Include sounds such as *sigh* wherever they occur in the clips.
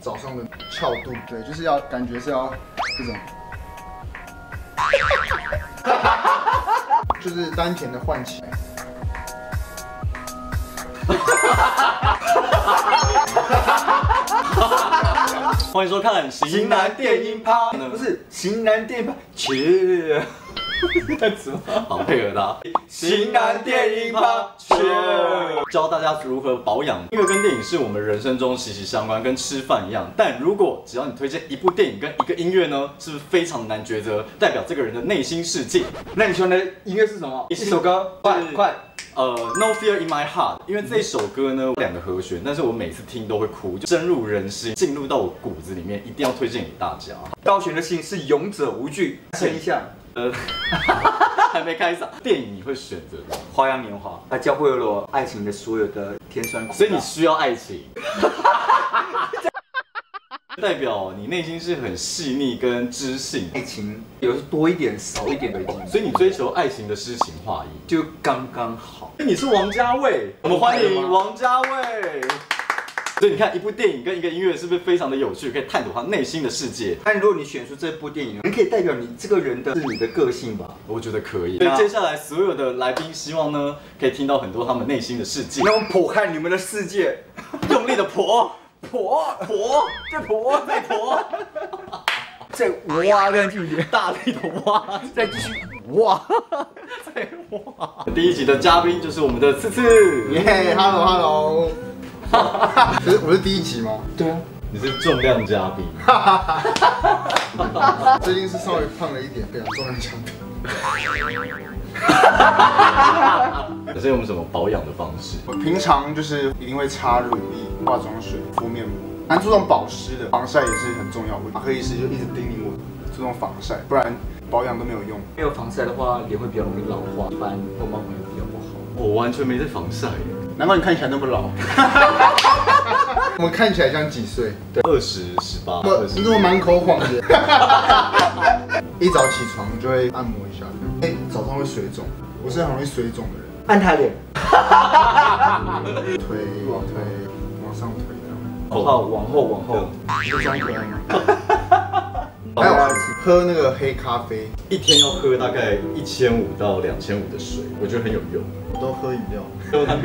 早上的翘度，对，就是要感觉是要这种， *laughs* 就是丹田的唤起。欢迎收看《型男电音趴》，不是型男电吧？去，好配合他。型男电音趴，去。教大家如何保养。音乐跟电影是我们人生中息息相关，跟吃饭一样。但如果只要你推荐一部电影跟一个音乐呢，是不是非常难抉择？代表这个人的内心世界。那你喜欢的音乐是什么？一首歌，快是快。呃，No Fear in My Heart，因为这首歌呢有两个和弦，但是我每次听都会哭，就深入人心，进入到我骨子里面，一定要推荐给大家。 *laughs* 道玄的心是勇者无惧。撑一下，呃，还没开始啊，电影你会选择的， 《花样年华》，它教会了我爱情的所有的甜酸苦辣。所以你需要爱情， *laughs* 代表你内心是很细腻跟知性，爱情有时多一点，少一点的已经，所以你追求爱情的诗情画意。就刚刚好。你是王家卫，我们欢我们欢迎迎王家卫。所以你看，一部电影跟一个音乐是不是非常的有趣，可以探索他内心的世界？但如果你选出这部电影，你可以代表你这个人的是你的个性吧。我觉得可以。对啊对，接下来所有的来宾，希望呢可以听到很多他们内心的世界，让我们剖开你们的世界， *laughs* 用力的婆婆婆，这婆再婆， *laughs* 再挖亮进去，大力的挖。 *laughs* 再继续挖。第一集的嘉宾就是我们的次次，耶、h e l l o Hello，可是我是第一集吗？对啊，你是重量嘉宾。最近是稍微胖了一点，对啊，重量奖品。可是有没有什么保养的方式？我平常就是一定会擦乳液、化妆水、敷面膜，蛮注重保湿的，防晒也是很重要。我马克医师就一直叮咛我注重防晒，不然保养都没有用。没有防晒的话，脸会比较容易老化，一般痘毛会比较不好。我完全没在防晒耶，难怪你看起来那么老。我看起来像几岁？二十、十八、我二你十怎。么满口谎言？ *laughs* 一早起床就会按摩一下，哎、早上会水肿，我是很容易水肿的人，按他脸，推推往上推 *laughs* 这样。往后往后往后，这装可爱吗？还有喝那个黑咖啡，一天要喝大概一千五到两千五的水，我觉得很有用。我都喝饮料，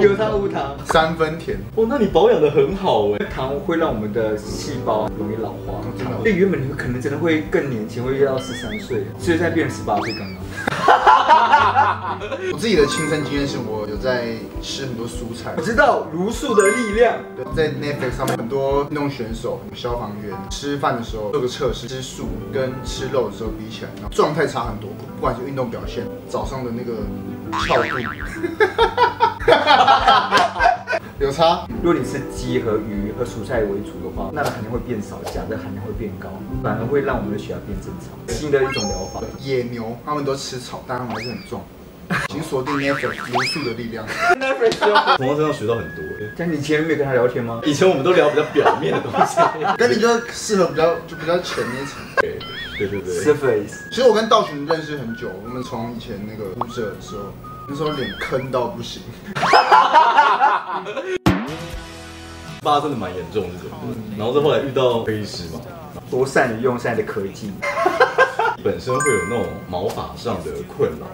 有糖无糖，三分甜。 *laughs* 哦，那你保养的很好 *laughs* 哎。糖会让我们的细胞容易老化真的，所以原本你可能真的会更年轻，会越到十三岁，所以才变成十八岁刚刚。我自己的亲身经验是我有在吃很多蔬菜我，知道茹素的力量，对在 Netflix 上面很多运动选手、消防员吃饭的时候做个测试，吃素跟吃肉的时候比起来，然后状态差很多，不管是运动表现、早上的那个翘度， *laughs* 有差。如果你是鸡和鱼和蔬菜为主的话，钠的含量会变少，钾的含量会变高，反而会让我们的血压变正常。新的一种疗法，野牛他们都吃草，但他们还是很壮。请锁定 Netflix 无数的力量。从他身上学到很多哎。但你前面没有跟他聊天吗？以前我们都聊比较表面的东西。跟你就适合比较就比较浅那一层。对对对对。 surface，其实我跟道群认识很久，我们从以前那个舞者的时候，那时候脸坑到不行。疤真的蛮严重这种的，然后再后来遇到黑医师嘛，多善于用现在的科技，本身会有那种毛发上的困扰。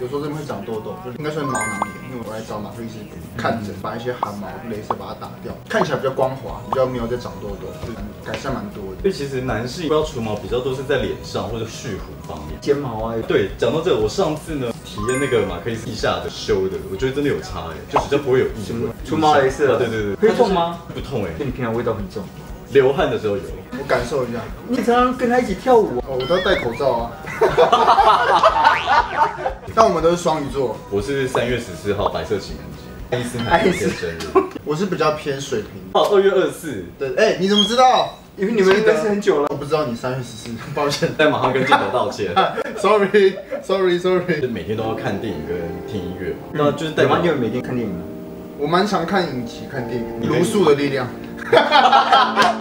有时候真的会长痘痘，就应该算毛囊炎，因为我来找马克医师看诊，把一些汗毛、镭射把它打掉，看起来比较光滑，比较没有在长痘痘，就是改善蛮多的。所以其实男性要除毛比较多是在脸上或者蓄胡方面。睫毛啊，对，讲到这个，我上次呢体验那个马克思腋下的修的，我觉得真的有差哎，就比较不会有异味。除毛镭射对对对，啊会痛吗？不痛哎对，你平常味道很重。流汗的时候有。我感受一下，你常常跟他一起跳舞、哦，我都要戴口罩啊。但我们都是双鱼座，我是三月十四号白色情人节，爱因斯坦爱因今斯天生日。我是比较偏水瓶。哦，二月二十四，对，哎、你怎么知道？因为你们认识很久了。我不知道你三月十四，抱歉。 *laughs* 但马上跟镜头道歉。 Sorry，Sorry，Sorry 就是每天都要看电影跟听音乐嘛，那就是代嗯有吗表？你有每天看电影吗？我蛮常看影集、看电影，《你可以如素的力量》刚刚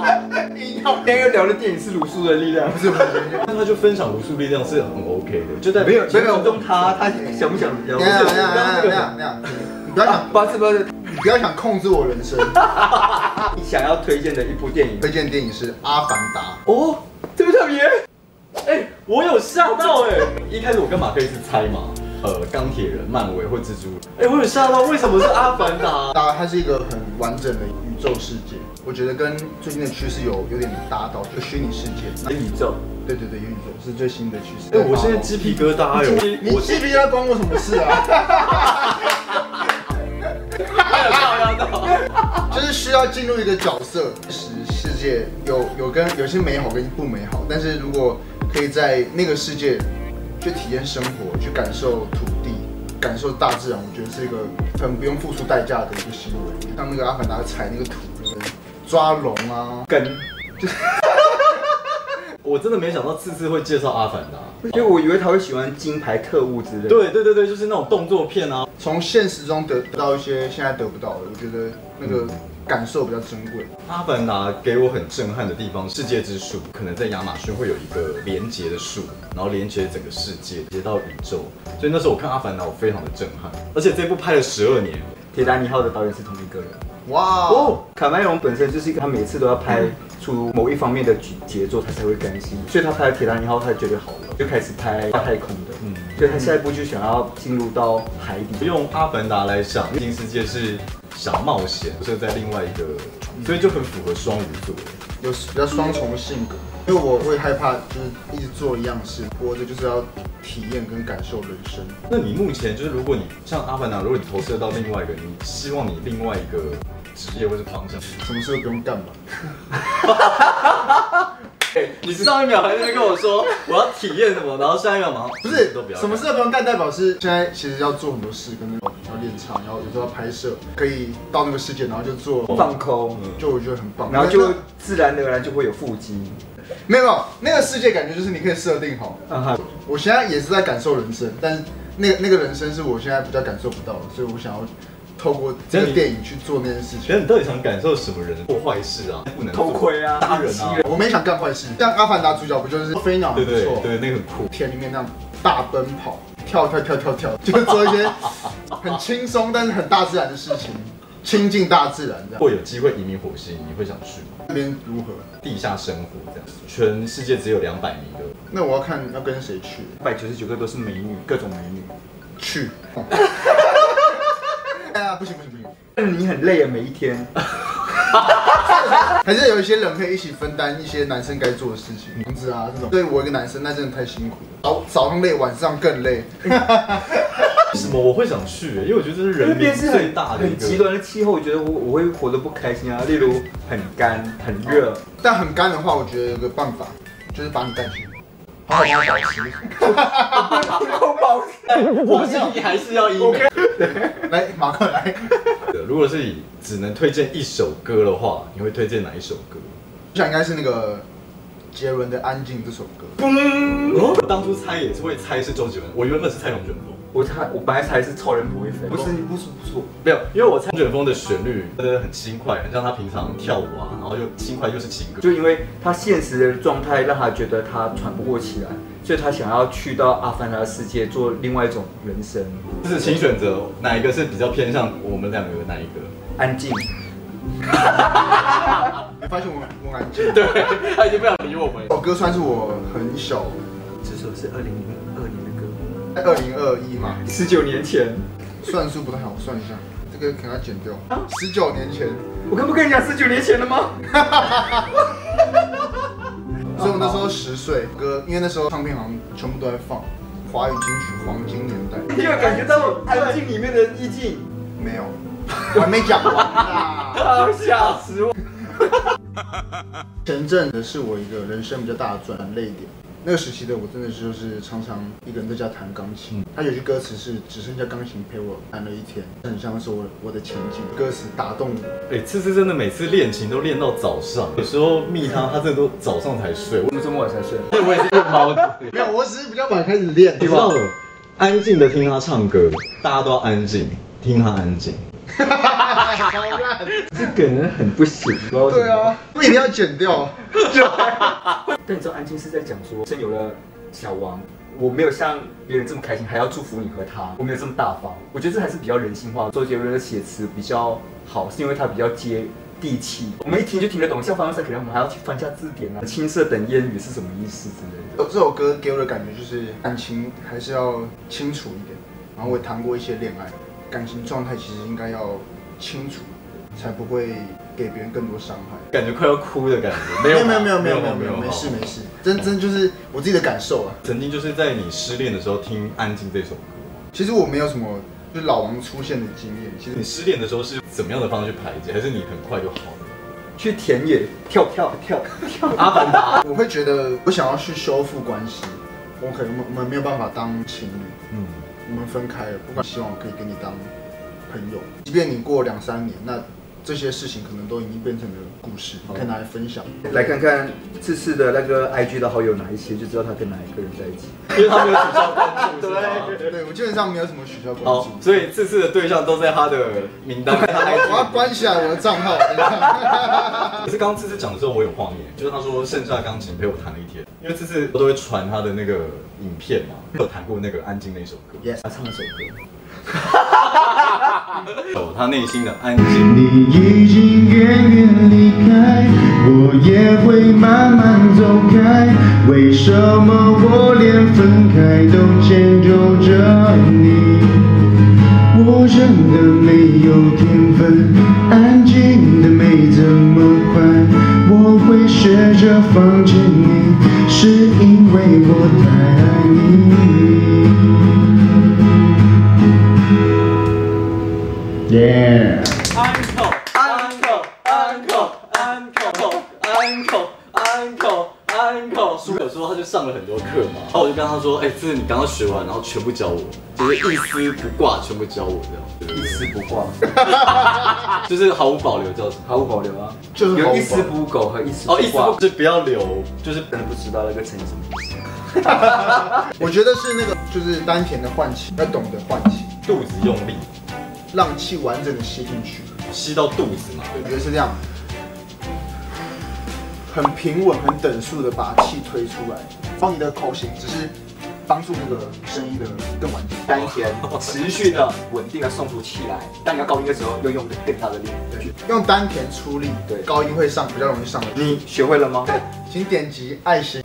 哦又聊的电影是《鲁肃的力量》，不是不是，不是那他就分享无数力量是很 OK 的，就代表没有没有动他，他想不想聊？等一下等一下等一下等一下等一下，你不要想，不是不是，你不要想控制我人生。你想要推荐的一部电影推荐电影是《阿凡达》，哦，这么特别？哎、我有吓到哎、一开始我跟马克一直猜嘛，呃，钢铁人、漫威或蜘蛛人。哎、我有吓到，为什么是阿凡达？当然它是一个很完整的宇宙世界，我觉得跟最近的趋势有有点搭到，就虚拟世界。宇宙。对对对，元宇宙是最新的趋势。哎、我现在鸡皮疙瘩哎、你我这边要关我什么事啊？吓到吓到。就是需要进入一个角色，使世界有有跟有些美好跟不美好，但是如果可以在那个世界去体验生活，去感受土地，感受大自然，我觉得是一个很不用付出代价的一个行为。像那个阿凡达踩那个土，抓龙啊，跟，我真的没想到次次会介绍阿凡达。就我以为他会喜欢金牌特务之类的。，对对对对，就是那种动作片啊。从现实中得得到一些现在得不到的，我觉得那个感受比较珍贵。阿凡达给我很震撼的地方，世界之树可能在亚马逊会有一个连接的树，然后连接整个世界，连接到宇宙。所以那时候我看阿凡达，我非常的震撼。而且这部拍了十二年，铁达尼号的导演是同一个人。哇哦，哦，卡麦隆本身就是一个，他每次都要拍出某一方面的举杰作，他才会甘心。所以他拍了《铁达尼号》，他觉得好了，就开始拍外太空的。嗯嗯，所以他下一步就想要进入到海底。用阿凡达来想，新世界是想冒险，是在另外一个，所以就很符合双鱼座。有比较双重的性格，因为我会害怕就是一直做一样事，活着就是要体验跟感受人生。那你目前就是，如果你像阿凡达，如果你投射到另外一个，你希望你另外一个职业或是方向？什么事都不用干嘛。哎你上一秒还在那边跟我说我要体验什么，然后下一秒马上不是都不，要什么事都不用干，代表是现在其实要做很多事，跟要练唱，然后有时候要拍摄，可以到那个世界，然后就做，放空，嗯就我觉得很棒。然后就那自然而然就会有腹肌。没有没有那个世界感觉就是你可以设定好。嗯啊哈，我现在也是在感受人生，但是那个那个人生是我现在比较感受不到的，所以我想要透过这那个你电影去做那件事觉得情。你到底想感受什么人做坏事啊？不能做偷窥啊杀人啊袭，我们也想干坏事，像《阿凡达》主角不就是飞鸟对很不对错，对，那个很酷。田里面那样大奔跑，跳跳跳跳跳， *laughs* 就是做一些很轻松但是很大自然的事情，亲近大自然这样。会有机会移民火星，你会想去吗？那边如何？地下生活这样，全世界只有两百名的那我要看要跟谁去一百九十九个都是美女，各种美女。去。 *laughs* 哎呀，不行不行不行，但你很累啊，每一天。还是有一些人可以一起分担一些男生该做的事情，房子啊这种。对我一个男生，那真的太辛苦了，早早上累，晚上更累。为什么我会想去、欸因为我觉得这是 *laughs* 人民最大的一很个极。端的气候，我觉得我我会活得不开心啊。例如很干、很热，但很干的话，我觉得有个办法，就是把你带去，好好帮我保湿，好饱。哦我是你还是要医美来马克来。的。如果是以只能推荐一首歌的话，你会推荐哪一首歌？我想应该是那个杰伦的《安静》这首歌。哦，我当初猜也是会猜是周杰伦，我原本是猜龙卷风，我猜，我本来猜是超人不会飞，不是不是不是，没有，因为我猜龙卷风的旋律真的很轻快，很像他平常跳舞啊，然后又轻快又是情歌。就因为他现实的状态让他觉得他喘不过气来，所以他想要去到阿凡达世界做另外一种人生，就是请选择哪一个是比较偏向我们两个的哪一 *laughs* 个？安静。你发现我我安静。对，他已经不想理我们这。首歌算是我很小，这首是二零零二年的歌，在二零二一嘛，十九年前。算数不太好，我算一下，这个可能要剪掉。十九年前，我跟不跟你讲十九年前了吗？ *laughs* 所以我那时候十岁，歌因为那时候唱片行全部都在放华语金曲黄金年代，你有感觉到安静里面的意 *laughs* 境？没有，我还没讲完啊。啊，吓死我！前阵子是我一个人生比较大的转捩点。那个时期的我真的是就是常常一个人在家弹钢琴，他有句歌词是只剩下钢琴陪我弹了一天，很像是我我的前进，歌词打动我。哎、次次真的每次练琴都练到早上，有时候密他，他真的都早上才睡。 *laughs* 我我们周末晚上睡。我也是夜猫子。没有，我只是比较晚开始练。你知道了，安静的听他唱歌，大家都要安静，听他安静。啊这个人很不行，不知道为什么对啊。，不一定要剪掉。但你知道安静是在讲说，真有了小王，我没有像别人这么开心，还要祝福你和他，我没有这么大方。我觉得这还是比较人性化。周杰伦的写词比较好，是因为他比较接地气，我们一听就听得懂。像方向可能我们还要去翻一下字典啊，青色等烟雨是什么意思之类的。呃，这首歌给我的感觉就是感情还是要清楚一点。然后我也谈过一些恋爱，感情状态其实应该要清楚，才不会给别人更多伤害。感觉快要哭的感觉。没有吧没有没有没有没有没有，好没事没事，真真就是我自己的感受啊。曾经就是在你失恋的时候听《安静》这首歌，其实我没有什么就是老王出现的经验，其实你失恋的时候是怎么样的方式去排解？还是你很快就好了？去田野跳跳跳跳，阿凡达，我会觉得我想要去修复关系，我可能我们没有办法当情侣，嗯，我们分开了，不管希望我可以跟你当朋友，即便你过两三年，那这些事情可能都已经变成了故事，可以拿来分 *laughs* 享。来看看这次的那个 IG 的好友哪一些，就知道他跟哪一个人在一起。因为他没有取消关注，是 *laughs* 吗？对我基本上没有什么取消关好系，，所以这次的对象都在他的 *laughs* 名单。他还我要关起来我的账号。等一下可是刚刚次次讲的时候，我有画面，就是他说剩下钢琴陪我弹了一天，因为次次我都会传他的那个影片嘛，有弹过那个安静那首歌， *laughs* Yes，他唱了首歌，有他内心的安静。你已经远远离开，我也会慢慢走开。为什么我连分开都迁就着你？我真的没有天分，安静的没这么快。我会学着放弃你，是因为我太爱你。Yeah。 Uncle Uncle Uncle Uncle Uncle Uncle Uncle，书有说他就上了很多课嘛，然后我就跟他说，哎、次次你刚刚学完，然后全部教我，就是一丝不挂，全部教我这样，一丝不挂，就是毫无保留叫什么？毫无保留啊，就是毫无保留有一丝不苟和一丝哦，意不思挂。就是不要留，就是真的不知道那个成语什么意思。我觉得是那个就是丹田的换气，要懂得换气，肚子用力让气完整的吸进去。吸到肚子嘛。我觉得是这样，很平稳、很等速的把气推出来，帮你的口型只是帮助那个声音的更完整。丹田持续的稳定的送出气来，当你要高音的时候，又用更大的力。对，用丹田出力，对高音会上比较容易上的。你学会了吗？请点击爱心。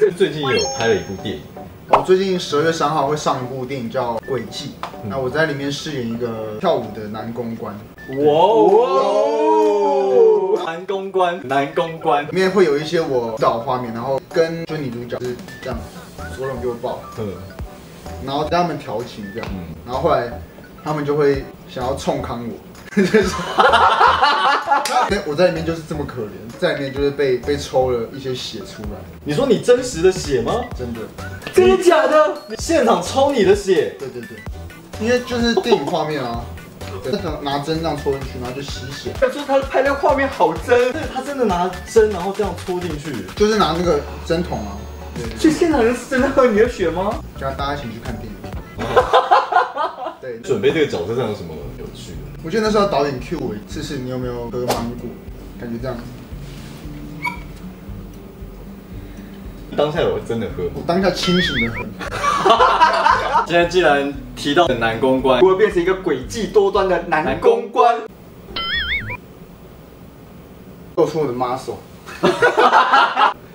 这最近也有拍了一部电影，我最近十二月三号会上一部电影叫《轨迹》，那我在里面饰演一个跳舞的男公关，哇哦！男公关，男公关，里面会有一些我舞蹈画面，然后跟就女主角是这样，左搂右抱，嗯，然后跟他们调情这样嗯，然后后来他们就会想要冲康我， *laughs* 就是，我在里面就是这么可怜，在里面就是被被抽了一些血出来，你说你真实的血吗？真的，真的假的？现场抽你的血，对对对，因为就是电影画面啊，对拿针这样戳进去，然后就吸血，他说他拍那个画面好真，他真的拿针然后这样戳进去，就是拿那个针筒啊，对对所对，以现场人是真的喝你的血吗？叫大家一起去看电影。对，准备这个角色上有什么有趣的？我记得那时候导演 Q 我一次是你有没有喝芒果？感觉这样，当下有真的喝我吗？当下清醒的很。今天既然提到男公关，我变成一个诡计多端的男公关，露出我的 muscle。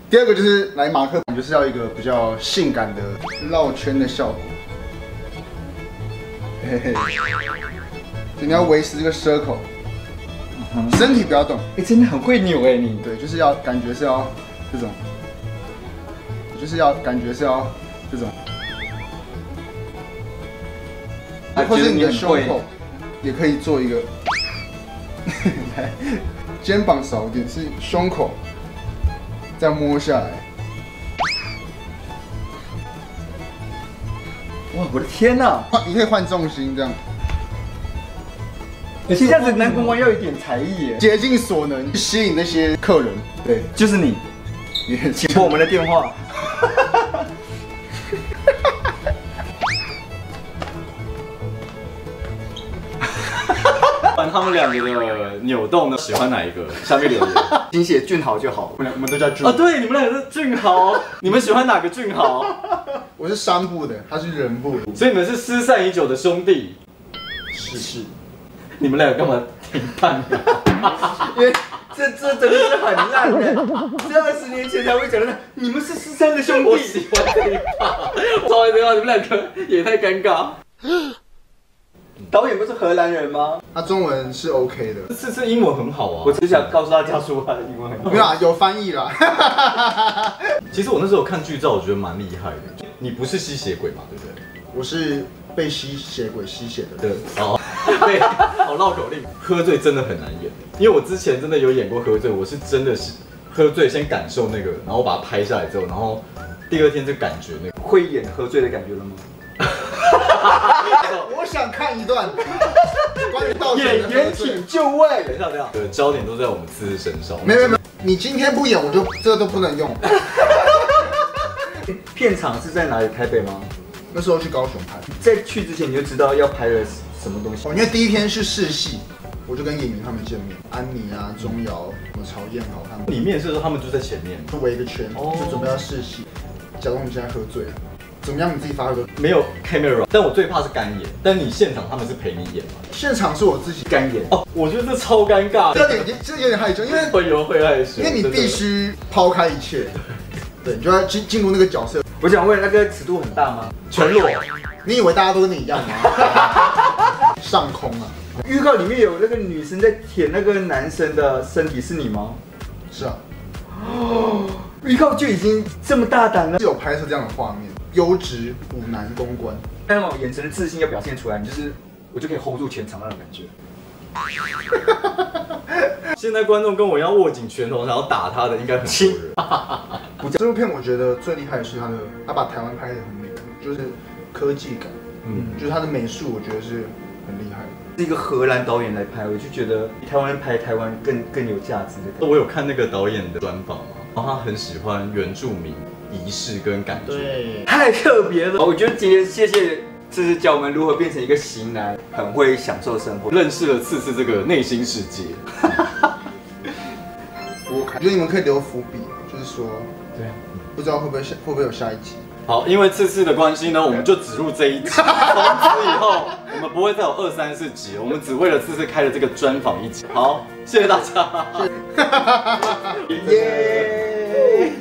第二个就是来马克，就是要一个比较性感的绕圈的效果。嘿嘿，就你要维持这个 circle，身体不要动，你嗯真的很会扭哎你。对，就是要感觉是要这种，就是要感觉是要这种，啊或者你的觉胸得你很口会也可以做一个， *laughs* 来，肩膀少一点，是胸口，再摸下来，哇，我的天呐！换你可以换重心这样，其实这样子男公关要有一点才艺耶。竭尽所能吸引那些客人，对，就是你，也很请拨我们的电话。 *laughs* 管他们两个的扭动呢，喜欢哪一个？下面留 *laughs* 言。啊，请写俊豪就好，我们我们都叫俊对，你们两个是俊豪，你们喜欢哪个俊豪？我是山部的，他是人部的，所以你们是失散已久的兄弟。是是。你们两个干嘛停办？因为这这真的是很烂的，这二十年前才会讲的。你们是十三的兄我弟，喜欢这一趴，我超爱这一趴，你们两个也太尴尬。导演不是荷兰人吗？他中文是 OK 的，这次英文很好啊，我我只只想想告诉大家说他的英文很好。没有啦，有翻译啦。其实我那时候看剧照，我觉得蛮厉害的。你不是吸血鬼嘛，对不对？ *laughs* 我是被吸血鬼吸血的人，对。哦，对， *laughs* 好绕口令。喝醉真的很难演，因为我之前真的有演过喝醉，我是真的是喝醉先感受那个，然后把它拍下来之后，然后第二天就感觉那个。会演喝醉的感觉了吗？我想看一 *laughs* 段关于道歉演的员喝醉请就位，等一下，等一下。对，焦点都在我们自身身上。没有没有没有，你今天不演我就这都不能用。片场是在哪里？台北吗？那时候去高雄拍，在去之前你就知道要拍了什么东西哦，。因为第一天是试戏，我就跟演员他们见面，安妮啊、钟瑶、什么曹燕豪他们，你面试的时候，他们就在前面，就围一个圈，哦就准备要试戏，假装你现在喝醉了，怎么样？你自己发挥。没有 camera，但我最怕是干演，但你现场他们是陪你演嘛。现场是我自己，干演，哦，我觉得这超尴 *laughs* 尬，这点这有点害羞，因为会有会害羞，因为你必须抛开一切，对，你就要进进入那个角色。我想问那个尺度很大吗？全裸，你以为大家都跟你一样吗？ *laughs* 上空啊，预告里面有那个女生在舔那个男生的身体，是你吗？是啊，预告就已经这么大胆了是，有拍摄这样的画面，优质舞男公关。但那种眼神的自信要表现出来，你就是我就可以 hold 住全场那种感觉。 *laughs* 现在观众跟我一样握紧拳头，然后打他的应该很多人。这部片我觉得最厉害的是它的，它把台湾拍的很美，就是科技感，嗯，就是它的美术，我觉得是很厉害的。是一个荷兰导演来拍，我就觉得台湾人拍台湾更更有价值的感觉。我有看那个导演的专访嘛，然后他很喜欢原住民仪式跟感觉。对，太特别了。我觉得今天谢谢，这是教我们如何变成一个型男，很会享受生活。认识了次次这个内心世界，我觉得你们可以留伏笔，就是说对啊，不知道会不会下会不会有下一集。好，因为次次的关系呢，我们就只录这一集，从此以后我们不会再有二三四集，我们只为了次次开了这个专访一集。好，谢谢大家。耶、